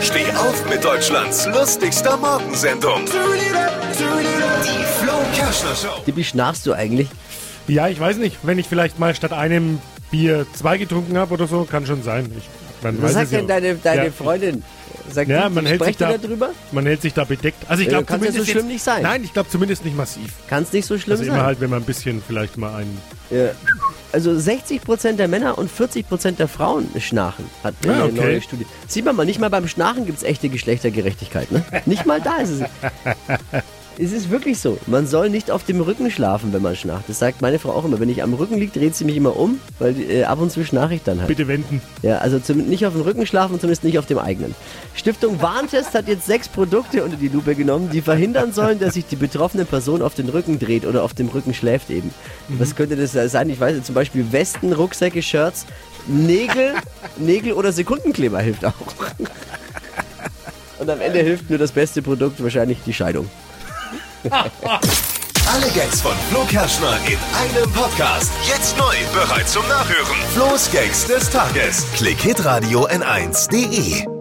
Steh auf mit Deutschlands lustigster Morgensendung. Die Flo Kerschner Show. Tippi, schnarchst du eigentlich? Ja, ich weiß nicht. Wenn ich vielleicht mal statt einem Bier zwei getrunken habe oder so, kann schon sein. Ich, man Was weiß sagt es ja denn deine, deine Ja. Freundin? Sagt Ja, die, man die hält, sich sprecht da, ihr darüber? man hält sich da bedeckt. Also ich Äh, glaube kann's ja zumindest so schlimm jetzt- nicht sein. Nein, ich glaube zumindest nicht massiv. Kann es nicht so schlimm Also immer sein. halt, wenn man ein bisschen vielleicht mal einen. Ja. Also 60% der Männer und 40% der Frauen schnarchen, hat Ah, eine okay. neue Studie. Sieht man mal, nicht mal beim Schnarchen gibt es echte Geschlechtergerechtigkeit. Ne? Nicht mal da ist es. Es ist wirklich so. Man soll nicht auf dem Rücken schlafen, wenn man schnarcht. Das sagt meine Frau auch immer. Wenn ich am Rücken liege, dreht sie mich immer um, weil äh, ab und zu schnarche ich dann halt. Bitte wenden. Ja, also zum, nicht auf dem Rücken schlafen, zumindest nicht auf dem eigenen. Stiftung Warntest hat jetzt sechs Produkte unter die Lupe genommen, die verhindern sollen, dass sich die betroffene Person auf den Rücken dreht oder auf dem Rücken schläft eben. Was könnte das sein? Ich weiß nicht, zum Beispiel Westen, Rucksäcke, Shirts, Nägel, Nägel oder Sekundenkleber hilft auch. Und am Ende hilft nur das beste Produkt, wahrscheinlich die Scheidung. Alle Gags von Flo Kerschner in einem Podcast. Jetzt neu, bereit zum Nachhören. Flo's Gags des Tages. Klick Hitradio N1.de.